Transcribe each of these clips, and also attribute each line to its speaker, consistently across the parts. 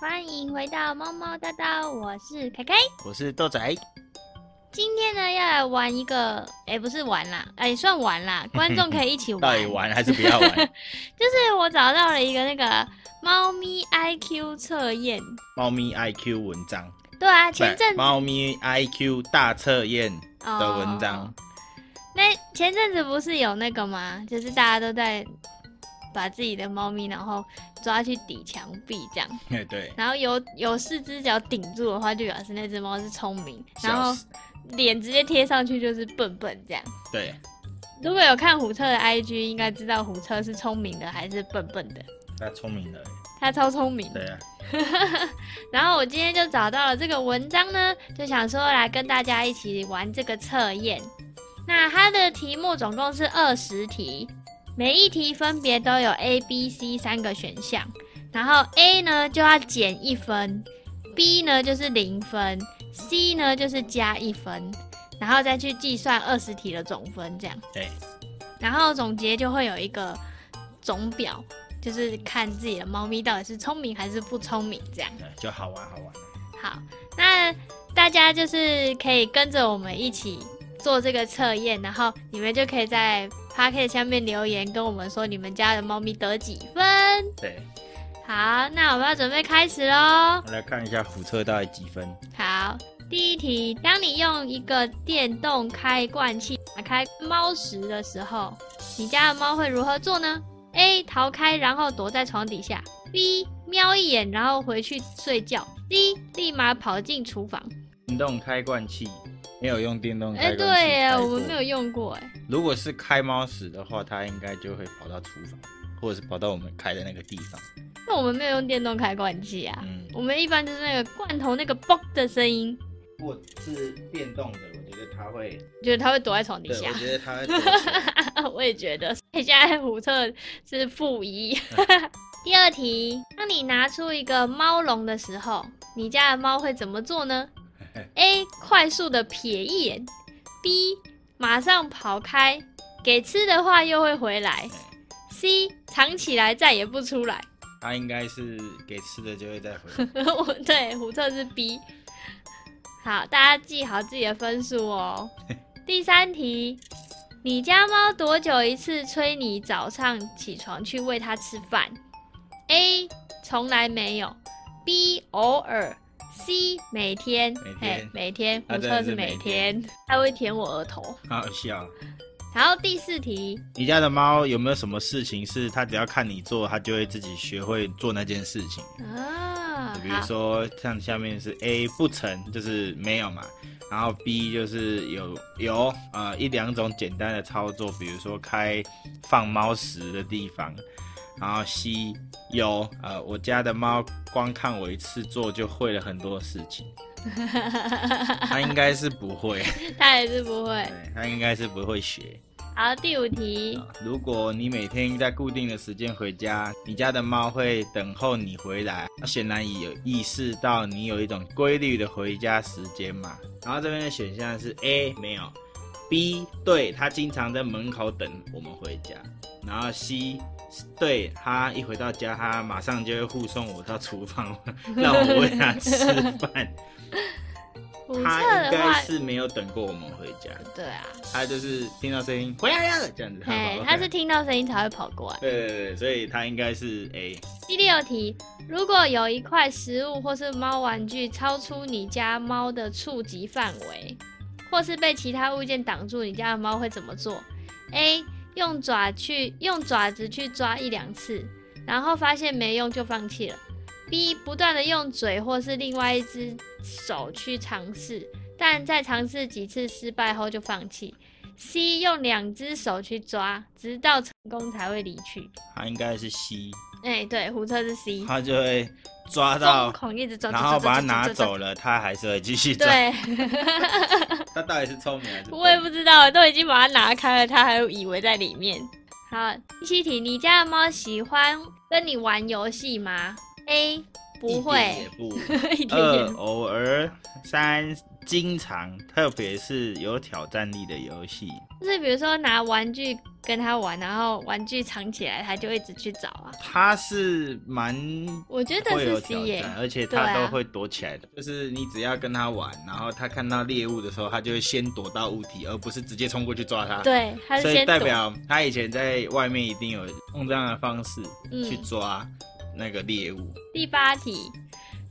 Speaker 1: 欢迎回到猫猫叨叨，我是凯凯。
Speaker 2: 我是豆仔，
Speaker 1: 今天呢，要来玩一个，哎、不是玩啦，哎、算玩 啦，观众可以一起玩。
Speaker 2: 到底玩还是不要 玩？
Speaker 1: 就是我找到了一个那个猫咪 IQ 测验，
Speaker 2: 猫咪 IQ 文章，
Speaker 1: 对啊，
Speaker 2: 不
Speaker 1: 前阵哦
Speaker 2: 猫咪 IQ 大测验的
Speaker 1: 的
Speaker 2: 文章，
Speaker 1: 那前阵子不是有那个吗？就是大家都在把自己的猫咪，然后抓去抵墙壁这样，
Speaker 2: 对对，
Speaker 1: 然后有有四只脚顶住的话，就表示那只猫是聪明，然
Speaker 2: 笑
Speaker 1: 后
Speaker 2: 死
Speaker 1: 脸直接贴上去就是笨笨这样。
Speaker 2: 对，
Speaker 1: 如果有看虎彻的 IG，应该知道虎彻是聪明的还是笨笨的。
Speaker 2: 他聪明的，
Speaker 1: 他超聪明，
Speaker 2: 对啊，
Speaker 1: 然后我今天就找到了这个文章呢，就想说来跟大家一起玩这个测验。那它的题目总共是二十题，每一题分别都有 A、B、C 三个选项，然后 A 呢就要减一分，B 呢就是零分，C 呢就是加一分，然后再去计算二十题的总分这样。
Speaker 2: 对，
Speaker 1: 然后总结就会有一个总表，就是看自己的猫咪到底是聪明还是不聪明这样。
Speaker 2: 对啊就好玩好玩，
Speaker 1: 好，那大家就是可以跟着我们一起做这个测验，然后你们就可以在 p o c a s t 下面留言跟我们说你们家的猫咪得几分。
Speaker 2: 对，
Speaker 1: 好，那我们要准备开始喽。
Speaker 2: 我来看一下虎彻到底几分，
Speaker 1: 好，第一题，当你用一个电动开罐器打开猫食的时候，你家的猫会如何做呢？A. 逃开，然后躲在床底下；B. 瞄一眼，然后回去睡觉；C. 立马跑进厨房。
Speaker 2: 电动开罐器没有用电动
Speaker 1: 哎、
Speaker 2: 开罐器，
Speaker 1: 对耶，
Speaker 2: 开
Speaker 1: 我
Speaker 2: 过
Speaker 1: 们没有。用过哎。
Speaker 2: 如果是开猫屎的话，它应该就会跑到厨房，或者是跑到我们开的那个地方，
Speaker 1: 那我们没有用电动开罐器啊，
Speaker 2: 嗯。
Speaker 1: 我们一般就是那个罐头那个嘣的声音，
Speaker 2: 如果是电动的，我觉得它会，
Speaker 1: 觉得它会躲在床底下。
Speaker 2: 觉得它 会躲起来
Speaker 1: 我也觉得，所以现在虎彻是负一。
Speaker 2: 嗯
Speaker 1: 第二题，当你拿出一个猫笼的时候，你家的猫会怎么做呢？A. 快速的瞥一眼，B. 马上跑开，给吃的话又会回来，C.
Speaker 2: 嗯
Speaker 1: 藏起来再也不出来。
Speaker 2: 它应该是给吃的就会再回来。
Speaker 1: 我对虎彻是 B。好，大家记好自己的分数哦。 第三题，你家猫多久一次催你早上起床去喂它吃饭？A. 从来没有，B. 偶尔，C. 每天。
Speaker 2: 每天
Speaker 1: 嘿每天，
Speaker 2: 它
Speaker 1: 虎
Speaker 2: 真
Speaker 1: 彻
Speaker 2: 的
Speaker 1: 是
Speaker 2: 是
Speaker 1: 每
Speaker 2: 每
Speaker 1: 天，它会舔我额头。
Speaker 2: 好好笑。
Speaker 1: 然后第四题，
Speaker 2: 你家的猫有没有什么事情是它只要看你做，它就会自己学会做那件事情？
Speaker 1: 啊，
Speaker 2: 比如
Speaker 1: 好，
Speaker 2: 说像下面是 A 不成，就是没有嘛，然后 B 就是有有呃一两种简单的操作，比如说开放猫食的地方，然后 C 有呃我家的猫光看我一次做就会了很多事情，它应该是不会，
Speaker 1: 它也是不会
Speaker 2: 对。它应该是不会学。
Speaker 1: 好，第五题，
Speaker 2: 如果你每天在固定的时间回家，你家的猫会等候你回来。它显然已有意识到你有一种规律的回家时间嘛。然后这边的选项是 A 没有，B 对它经常在门口等我们回家，然后 C 对它一回到家，它马上就会护送我到厨房， 让我喂它吃 饭。
Speaker 1: 虎
Speaker 2: 它
Speaker 1: 彻
Speaker 2: 应
Speaker 1: 的话
Speaker 2: 该，是没有等过我们回家，
Speaker 1: 对啊。
Speaker 2: 它就是听到声音回来了这样子。它跑
Speaker 1: 嘿
Speaker 2: 回，来
Speaker 1: 他是听到声音才会跑过来。
Speaker 2: 对对对，所以它应该是哎 A。
Speaker 1: 第六题，如果有一块食物或是猫玩具超出你家猫的触及范围，或是被其他物件挡住，你家的猫会怎么做？A. 用爪去用爪子去抓一两次，然后发现没用就放弃了。B. 不断的用嘴或是另外一只手去尝试，但在尝试几次失败后就放弃。C 用两只手去抓，直到成功才会离去。
Speaker 2: 它应该是 C，
Speaker 1: 哎、对，胡车是 C，
Speaker 2: 它就会抓
Speaker 1: 疯
Speaker 2: 到，
Speaker 1: 狂一直抓，
Speaker 2: 然后
Speaker 1: 抓
Speaker 2: 把它拿。
Speaker 1: 抓抓抓抓
Speaker 2: 走了，它还是会继续抓。
Speaker 1: 对，
Speaker 2: 它到底是聪明还是笨
Speaker 1: 我也不知道，都已经把它拿开了，它还以为在里面。好，第七题，你家的猫喜欢跟你玩游戏吗？A. 不
Speaker 2: 一
Speaker 1: 会，
Speaker 2: 点也
Speaker 1: 一
Speaker 2: 不。
Speaker 1: 点
Speaker 2: 二
Speaker 1: 也
Speaker 2: 偶尔，三经常，特别是有挑战力的游戏。
Speaker 1: 就是比如说拿玩具跟他玩，然后玩具藏起来，他就一直去找啊。
Speaker 2: 它是蛮
Speaker 1: 我觉得
Speaker 2: 会有
Speaker 1: 是 C
Speaker 2: 挑
Speaker 1: 耶、
Speaker 2: 战，而且
Speaker 1: 对
Speaker 2: 它
Speaker 1: 啊
Speaker 2: 都会躲起来的。就是你只要跟它玩，然后它看到猎物的时候，它就会先躲到物体，而不是直接冲过去抓它。，
Speaker 1: 对，他是
Speaker 2: 所以
Speaker 1: 先
Speaker 2: 代
Speaker 1: 躲，
Speaker 2: 表它以前在外面一定有用这样的方式
Speaker 1: 嗯
Speaker 2: 去抓那个猎物。
Speaker 1: 第八题，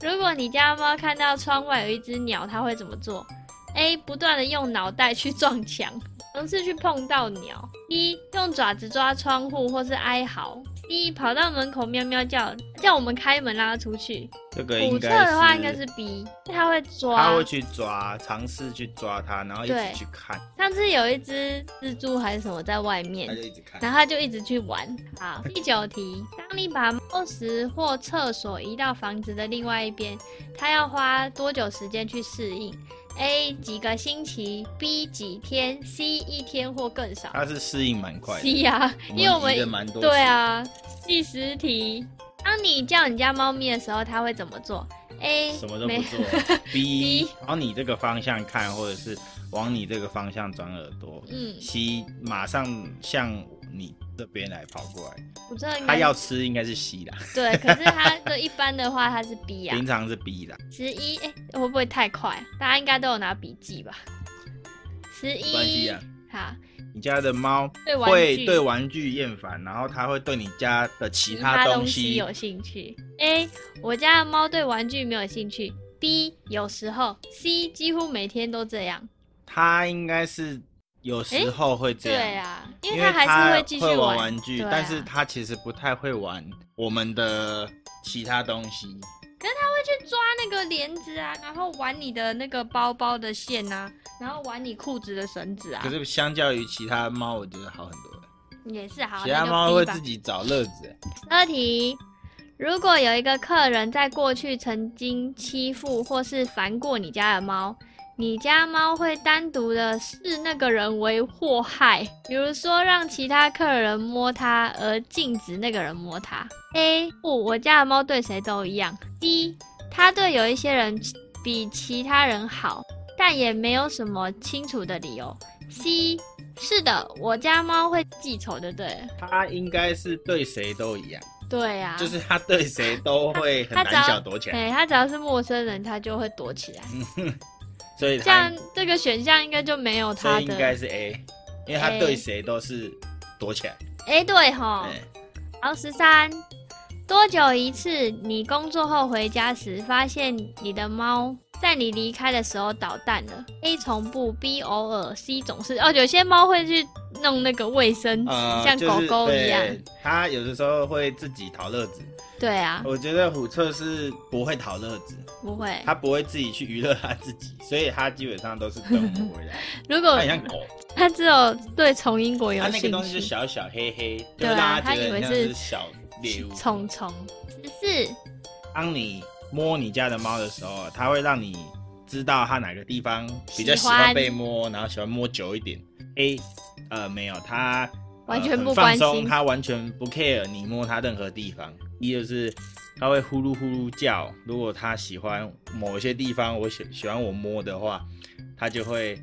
Speaker 1: 如果你家猫看到窗外有一只鸟，它会怎么做？A. 不断的用脑袋去撞墙，尝试去碰到鸟；B. 用爪子抓窗户或是哀嚎；C. 跑到门口喵喵叫，叫我们开门拉它出去。
Speaker 2: 这个
Speaker 1: 虎
Speaker 2: 应
Speaker 1: 彻
Speaker 2: 该
Speaker 1: 的话应该是 B，它会
Speaker 2: 他
Speaker 1: 抓
Speaker 2: 会。去抓，尝试去抓它，然后一
Speaker 1: 对
Speaker 2: 直去看，
Speaker 1: 上次有一只蜘蛛还是什么在外面
Speaker 2: 他，就一直看。
Speaker 1: 然后他就一直去玩。好，第九题，当你把猫食或厕所移到房子的另外一边，它要花多久时间去适应？A 几个星期，B 几天，C 一天或更少。
Speaker 2: 他是适应蛮啊快的，
Speaker 1: C 啊，因为我
Speaker 2: 移得
Speaker 1: 们
Speaker 2: 蛮多次
Speaker 1: 对，啊。第十题，当你叫你家猫咪的时候，它会怎么做？A
Speaker 2: 什么都
Speaker 1: 没
Speaker 2: 不做。
Speaker 1: B
Speaker 2: B，往你这个方向看，或者是往你这个方向转耳朵。
Speaker 1: 嗯，
Speaker 2: C 马上向你这边来跑过来，
Speaker 1: 我这应
Speaker 2: 他
Speaker 1: 该
Speaker 2: 要吃应该是 C 啦，
Speaker 1: 对，可是它的一般的话，它是 B 啊。
Speaker 2: 平常是 B 啦，
Speaker 1: 十一，哎，会不会太快啊？大家应该都有拿笔记吧？十
Speaker 2: 没关
Speaker 1: 一
Speaker 2: 系，啊。
Speaker 1: 好，
Speaker 2: 你家的猫
Speaker 1: 对玩
Speaker 2: 会
Speaker 1: 具
Speaker 2: 对玩具厌烦，然后它会对你家的其他
Speaker 1: 东
Speaker 2: 东西
Speaker 1: 有兴趣。A，我家的猫对玩具没有兴趣。B，有时候。C，几乎每天都这样。
Speaker 2: 它应该是有时候会这样，
Speaker 1: 对啊，因
Speaker 2: 因
Speaker 1: 为
Speaker 2: 它
Speaker 1: 它还是
Speaker 2: 会
Speaker 1: 继续
Speaker 2: 玩玩具，
Speaker 1: 对啊
Speaker 2: 但是它其实不太会玩我们的其他东西。
Speaker 1: 会去抓那个帘子啊，然后玩你的那个包包的线啊，然后玩你裤子的绳子啊
Speaker 2: 可，是相较于其他猫，我觉得好很多。
Speaker 1: 也是好。
Speaker 2: 其
Speaker 1: 那
Speaker 2: 他
Speaker 1: 就
Speaker 2: 猫
Speaker 1: B
Speaker 2: 会
Speaker 1: 吧
Speaker 2: 自己找乐子、欸
Speaker 1: 二题，如果有一个客人在过去曾经欺负或是烦过你家的猫，你家猫会单独的视那个人为祸害，比如说让其他客人摸它，而禁止那个人摸它。A 不，我家的猫对谁都一样。B 它对有一些人比其他人好，但也没有什么清楚的理由。C 是的，我家猫会记仇的，对了
Speaker 2: 它应该是对谁都一样，
Speaker 1: 对呀、
Speaker 2: 就是它对谁 都会很
Speaker 1: 啊它
Speaker 2: 胆
Speaker 1: 只
Speaker 2: 小
Speaker 1: 要
Speaker 2: 躲起来，
Speaker 1: 哎、他只要是陌生人，他就会躲起来。
Speaker 2: 嗯所以
Speaker 1: 这
Speaker 2: 它
Speaker 1: 样这个选项应该就没有
Speaker 2: 哎所
Speaker 1: 他
Speaker 2: 以应该
Speaker 1: 的。
Speaker 2: 是 A，因为它
Speaker 1: A
Speaker 2: 对谁都是躲起来。
Speaker 1: 哎、对吼。
Speaker 2: 哎
Speaker 1: 然后十三，多久一次？你工作后回家时，发现你的猫在你离开的时候捣蛋了。A 重复，B 偶尔，C 总是。哦，有些猫会去弄那个卫生纸，
Speaker 2: 呃，
Speaker 1: 像狗狗一样。
Speaker 2: 就是对它有的时候会自己讨乐子。
Speaker 1: 对啊，
Speaker 2: 我觉得虎彻是不会讨乐子，
Speaker 1: 不会。
Speaker 2: 它不会自己去娱乐它自己，所以它基本上都是等 我回来。
Speaker 1: 如
Speaker 2: 它
Speaker 1: 果
Speaker 2: 很像狗，
Speaker 1: 它只有对从因果有
Speaker 2: 它那个
Speaker 1: 兴
Speaker 2: 东西就
Speaker 1: 趣，
Speaker 2: 小小黑黑，就
Speaker 1: 对啊
Speaker 2: 让
Speaker 1: 它
Speaker 2: 它觉
Speaker 1: 以
Speaker 2: 得
Speaker 1: 为
Speaker 2: 很像
Speaker 1: 是
Speaker 2: 是小猎物。
Speaker 1: 虫虫。十四，
Speaker 2: 当你摸你家的猫的时候，它会让你知道它哪个地方比较喜
Speaker 1: 喜
Speaker 2: 欢
Speaker 1: 欢
Speaker 2: 被摸，然后喜欢摸久一点。A，呃，没有，它呃
Speaker 1: 完全不
Speaker 2: 很
Speaker 1: 关
Speaker 2: 放
Speaker 1: 心
Speaker 2: 松，它完全不 care 你摸它任何地方。一就是它会呼噜呼噜叫，如果它喜欢某些地方，我喜喜欢我摸的话，它就会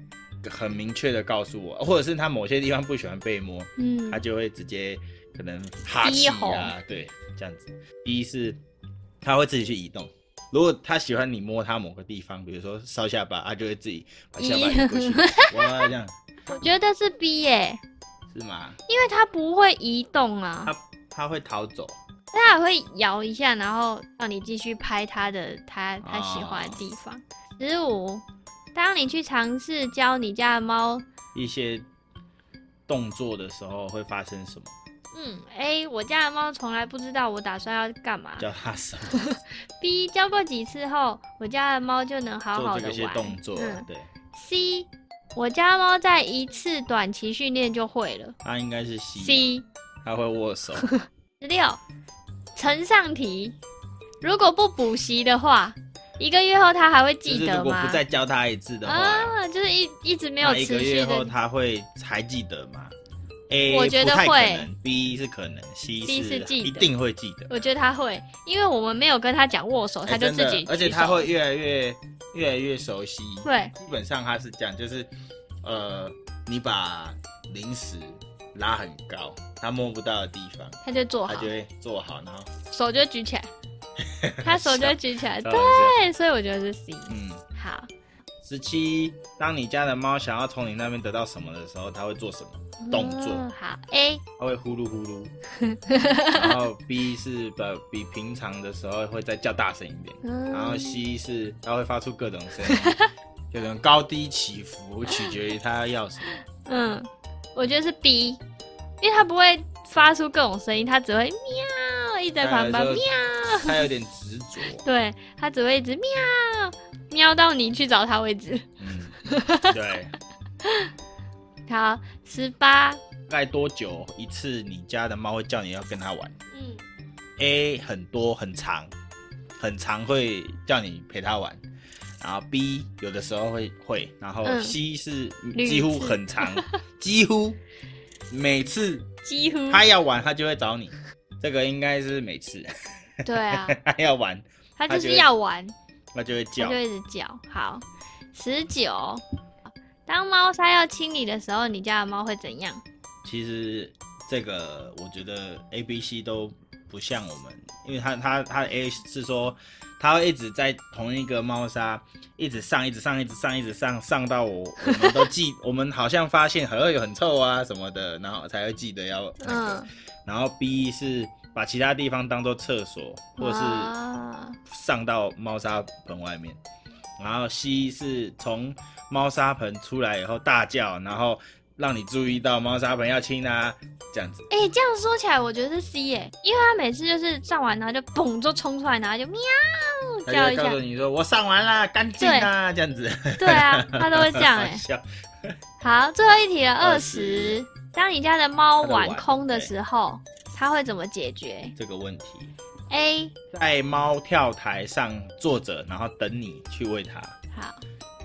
Speaker 2: 很明确的告诉我，或者是它某些地方不喜欢被摸，
Speaker 1: 嗯
Speaker 2: 它，就会直接可能哈气
Speaker 1: 低吼
Speaker 2: 啊，对，这样子。第一是它会自己去移动，如果它喜欢你摸它某个地方，比如说烧下巴，它就会自己把下巴移过去，哇，这样
Speaker 1: 我觉得是 B 耶、
Speaker 2: 是吗？
Speaker 1: 因为它不会移动啊，
Speaker 2: 它它会逃走，
Speaker 1: 但它还会摇一下，然后让你继续拍它的它它喜欢的地
Speaker 2: 哦
Speaker 1: 方。十五，当你去尝试教你家的猫，
Speaker 2: 一些动作的时候会发生什么？
Speaker 1: 嗯，A 我家的猫从来不知道我打算要干嘛。
Speaker 2: 叫它什么？
Speaker 1: B 教过几次后，我家的猫就能 好好
Speaker 2: 做
Speaker 1: 的
Speaker 2: 这些
Speaker 1: 玩。
Speaker 2: 动作，
Speaker 1: 嗯
Speaker 2: 对，
Speaker 1: C 我家的猫在一次短期训练就会了。
Speaker 2: 它应该是吸，
Speaker 1: C
Speaker 2: 它会握手，
Speaker 1: 十六，呈上题，如果不补习的话，一个月后它还会
Speaker 2: 就
Speaker 1: 记
Speaker 2: 是
Speaker 1: 得
Speaker 2: 如果
Speaker 1: 吗？啊
Speaker 2: 不再教它一次的话。
Speaker 1: 啊，就是一一直没有
Speaker 2: 那一
Speaker 1: 持
Speaker 2: 个
Speaker 1: 续
Speaker 2: 月
Speaker 1: 的，
Speaker 2: 后他会还记得吗？ A
Speaker 1: 我觉得
Speaker 2: 不太可
Speaker 1: 会
Speaker 2: 能，B 是可能，C
Speaker 1: C 是记得
Speaker 2: 一定会记得。
Speaker 1: 我觉得他会，因为我们没有跟他讲握手，
Speaker 2: 哎
Speaker 1: 哦他就
Speaker 2: 真
Speaker 1: 自
Speaker 2: 的
Speaker 1: 己举手，
Speaker 2: 而且他会越来越越来越熟悉。
Speaker 1: 对
Speaker 2: 基本上他是这样，就是呃，你把零食拉很高，他摸不到的地方，
Speaker 1: 他就坐好
Speaker 2: 他，就会坐好，然后
Speaker 1: 手就举 起来，他手就举起来，
Speaker 2: 开玩笑
Speaker 1: 呃对，所以我觉得是 C。
Speaker 2: 嗯。
Speaker 1: 好，
Speaker 2: 十七，当你家的猫想要从你那边得到什么的时候，它会做什么？动作
Speaker 1: 嗯好 A
Speaker 2: 它会呼噜呼噜。然后 B 是把比平常的时候会再叫大声一点，
Speaker 1: 嗯，
Speaker 2: 然后 C 是它会发出各种声音，各种高低起伏，取决于它要什么。
Speaker 1: 嗯，我觉得是 B，因为它不会发出各种声音，它只会喵一直在旁
Speaker 2: 它
Speaker 1: 边
Speaker 2: 有时
Speaker 1: 喵，
Speaker 2: 候它有点执着。
Speaker 1: 对，它只会一直喵喵到你去找它为止。
Speaker 2: 嗯，对。
Speaker 1: 好，十八，
Speaker 2: 大概多久一次你家的猫会叫你要跟它玩
Speaker 1: 嗯，
Speaker 2: ？A 很多很长，很长会叫你陪它玩，然后 B 有的时候会会，然后
Speaker 1: 嗯
Speaker 2: C 是
Speaker 1: 屡
Speaker 2: 几乎
Speaker 1: 次
Speaker 2: 很长， 几乎每次
Speaker 1: 几乎
Speaker 2: 它要玩它就会找你，这个应该是每次
Speaker 1: 对 啊，
Speaker 2: 它要玩
Speaker 1: 它就
Speaker 2: 它就是会
Speaker 1: 要玩，
Speaker 2: 它就会
Speaker 1: 它
Speaker 2: 叫
Speaker 1: 就，一直叫。好，十九，当猫砂要清理的时候，你家的猫会怎样？
Speaker 2: 其实这个我觉得 A、B、C 都不像我们，因为它它它 A 是说，它会一直在同一个猫砂一直上，一直上，一直上，一直上，上到我我们都记，我们好像发现好像有很臭啊什么的，然后才会记得要那个。
Speaker 1: 嗯，
Speaker 2: 然后 B 是把其他地方当做厕所，或者是
Speaker 1: 啊
Speaker 2: 上到猫砂盆外面。然后 C 是从猫砂盆出来以后大叫，然后让你注意到猫砂盆要清啊，这样子。
Speaker 1: 哎、这样说起来，我觉得是 C 耶、因为他每次就是上完，然后就嘣就冲出来，然后就喵
Speaker 2: 他就
Speaker 1: 叫
Speaker 2: 会
Speaker 1: 一
Speaker 2: 告
Speaker 1: 下
Speaker 2: 诉，你说我上完啦，干净啦，这样子。
Speaker 1: 对啊，他都会这样哎、
Speaker 2: 好笑
Speaker 1: 好，最后一题了，二
Speaker 2: 20
Speaker 1: 十。当你家的猫
Speaker 2: 它的碗
Speaker 1: 碗空的时候，它会怎么解决
Speaker 2: 这个问题，
Speaker 1: ？A
Speaker 2: 在猫跳台上坐着，然后等你去喂它。
Speaker 1: 好，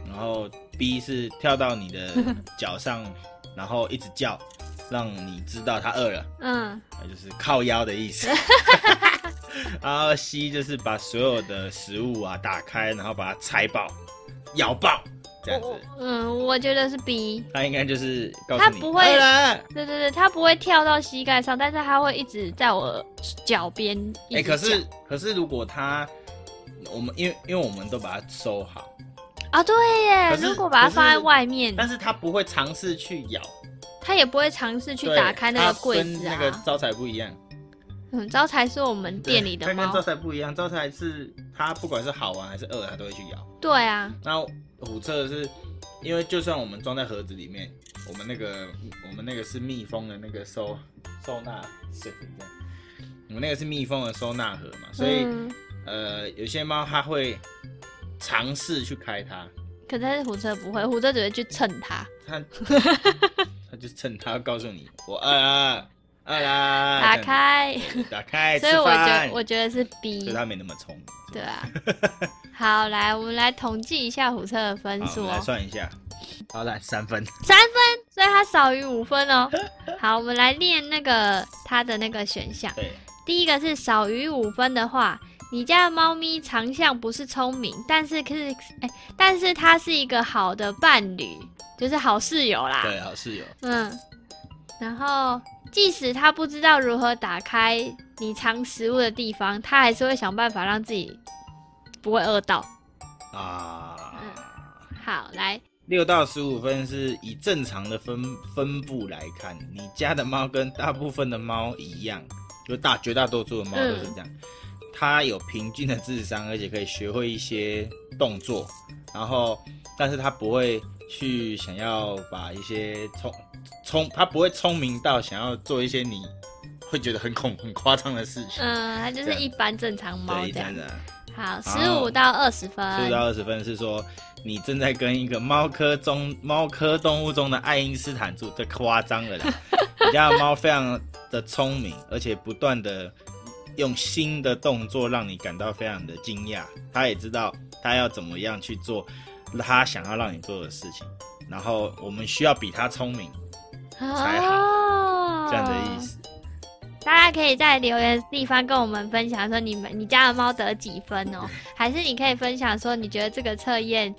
Speaker 2: 然后 B 是跳到你的 脚上，然后一直叫，让你知道它饿了。
Speaker 1: 嗯，
Speaker 2: 那就是靠腰的 意思。然后 C 就是把所有的食物啊打开，然后把它拆爆、咬爆，这样子
Speaker 1: 我。嗯，我觉得是 B。
Speaker 2: 它应该就是告诉
Speaker 1: 它
Speaker 2: 你，
Speaker 1: 不会
Speaker 2: 饿了。哎
Speaker 1: 对对对，它不会跳到膝盖上，但是它会一直在我脚边。
Speaker 2: 哎、
Speaker 1: 一直
Speaker 2: 可
Speaker 1: 叫
Speaker 2: 是可是如果它，我们因为因为我们都把它收好，
Speaker 1: 啊，对耶
Speaker 2: 可，是
Speaker 1: 如果把它
Speaker 2: 可是
Speaker 1: 放在外面，
Speaker 2: 但是嗯它不会尝试去咬，
Speaker 1: 它也不会尝试去
Speaker 2: 对
Speaker 1: 打开那个
Speaker 2: 它
Speaker 1: 柜
Speaker 2: 跟
Speaker 1: 子
Speaker 2: 那
Speaker 1: 啊。
Speaker 2: 个招财不一样，
Speaker 1: 嗯，招财是我们店里的
Speaker 2: 对它
Speaker 1: 猫
Speaker 2: 跟招。财不一样，招财是它不管是好玩还是饿，它都会去咬。
Speaker 1: 对啊，
Speaker 2: 那虎彻是因为就算我们装在盒子里面，我们那个我们那个是密封的那个收收纳是这样，我们那个是密封的收纳盒嘛，所以、
Speaker 1: 嗯、
Speaker 2: 呃有些猫它会尝试去开它，
Speaker 1: 可是它是虎车不会，虎车只会去蹭它。
Speaker 2: 它 它就趁它告诉你我饿了饿了，
Speaker 1: 打
Speaker 2: 这样
Speaker 1: 开，
Speaker 2: 子打 开，
Speaker 1: 所以我觉
Speaker 2: 啊哎吃
Speaker 1: 得
Speaker 2: 饭
Speaker 1: 我觉得是
Speaker 2: 所以
Speaker 1: B，
Speaker 2: 它没那么聪明，
Speaker 1: 对啊。好，来我们来统计一下虎车的分
Speaker 2: 好，
Speaker 1: 数
Speaker 2: 我们来
Speaker 1: 哦，
Speaker 2: 算一下，好来三分，
Speaker 1: 三分，所以它少于五分哦。好，我们来念那个它的那个选项，
Speaker 2: 对，
Speaker 1: 第一个是少于五分的话。你家的猫咪长相不是聪明，但是可是哎、但是它是一个好的伴侣，就是好室友啦。
Speaker 2: 对，好室友，
Speaker 1: 嗯，然后即使他不知道如何打开你藏食物的地方，他还是会想办法让自己不会饿到。
Speaker 2: 啊。
Speaker 1: 好，来，
Speaker 2: 六到十五分是以正常的分分布来看，你家的猫跟大部分的猫一样，就大绝大多数的猫都是这
Speaker 1: 嗯
Speaker 2: 样，它有平均的智商，而且可以学会一些动作，然后但是它不会去想要把一些聪聪，它不会聪明到想要做一些你会觉得很恐很夸张的事情。
Speaker 1: 嗯，它就是一般正常猫
Speaker 2: 对，
Speaker 1: 这样
Speaker 2: 真。的。啊
Speaker 1: 好，十
Speaker 2: 好
Speaker 1: 五到二十分，哦
Speaker 2: 十五到二十分是说你正在跟一个猫科中猫科动物中的爱因斯坦住，这夸张了啦！你家的猫非常的聪明，而且不断的用新的动作让你感到非常的惊讶。它也知道它要怎么样去做它想要让你做的事情，然后我们需要比它聪明。才好
Speaker 1: 哦
Speaker 2: 这样的意思。
Speaker 1: 大家可以在留言地方跟我们分享说你们你家的猫得几分 哦，还是你可以分享说你觉得这个测验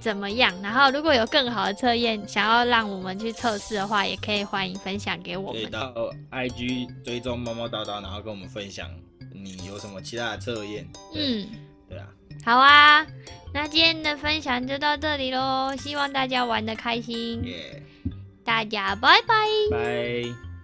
Speaker 1: 怎么样？然后如果有更好的测验想要让我们去测试的话，也可以欢迎分享给我
Speaker 2: 可以
Speaker 1: 们。
Speaker 2: 到 IG 追踪猫猫叨叨，然后跟我们分享你有什么其他的测验。对，
Speaker 1: 嗯，
Speaker 2: 对啊，
Speaker 1: 好啊，那今天的分享就到这里喽，希望大家玩的开心，
Speaker 2: 耶、
Speaker 1: 大家拜拜。
Speaker 2: 拜。